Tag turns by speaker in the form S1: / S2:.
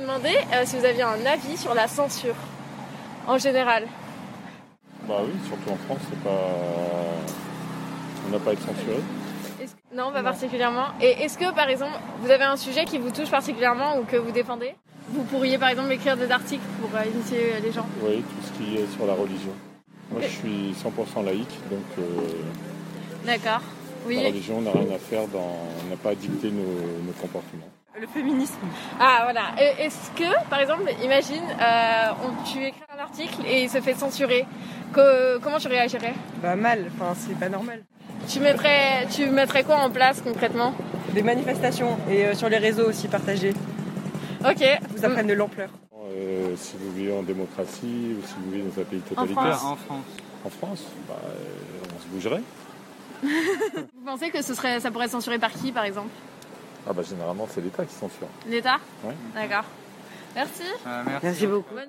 S1: demandé euh, si vous aviez un avis sur la censure en général.
S2: Bah oui, surtout en France, c'est pas. On n'a pas à être censuré.
S1: Est-ce- Non, pas
S3: Non.
S1: particulièrement. Et est-ce que, par exemple, vous avez un sujet qui vous touche particulièrement ou que vous défendez Vous pourriez, par exemple, écrire des articles pour euh, initier euh, les gens.
S2: Oui, tout ce qui est sur la religion. Moi, je suis 100% laïque, donc euh,
S1: D'accord.
S2: la
S1: Oui.
S2: religion, on n'a rien à faire, dans... on n'a pas à dicter nos, nos comportements.
S3: Le féminisme.
S1: Ah, voilà. Et Est-ce que, par exemple, imagine, euh, on- tu écris un article et il se fait censurer. Que- comment tu réagirais
S3: Bah mal, enfin c'est pas normal.
S1: tu mettrais, tu mettrais quoi en place concrètement
S3: Des manifestations et euh, sur les réseaux aussi partagés.
S1: Ok.
S3: Vous apprennent de l'ampleur.
S2: Euh, si vous vivez en démocratie ou si vous vivez dans un pays
S4: Pas
S2: totalitaire,
S4: en France.
S2: en France, bah, euh, on se bougerait.
S1: Vous pensez que ce serait, ça pourrait être censuré par qui, par exemple
S2: Ah bah généralement, c'est l'État qui censure.
S1: L'État
S2: Ouais.
S1: D'accord. Merci.
S4: Euh, merci.
S5: Merci beaucoup.
S1: Bonne-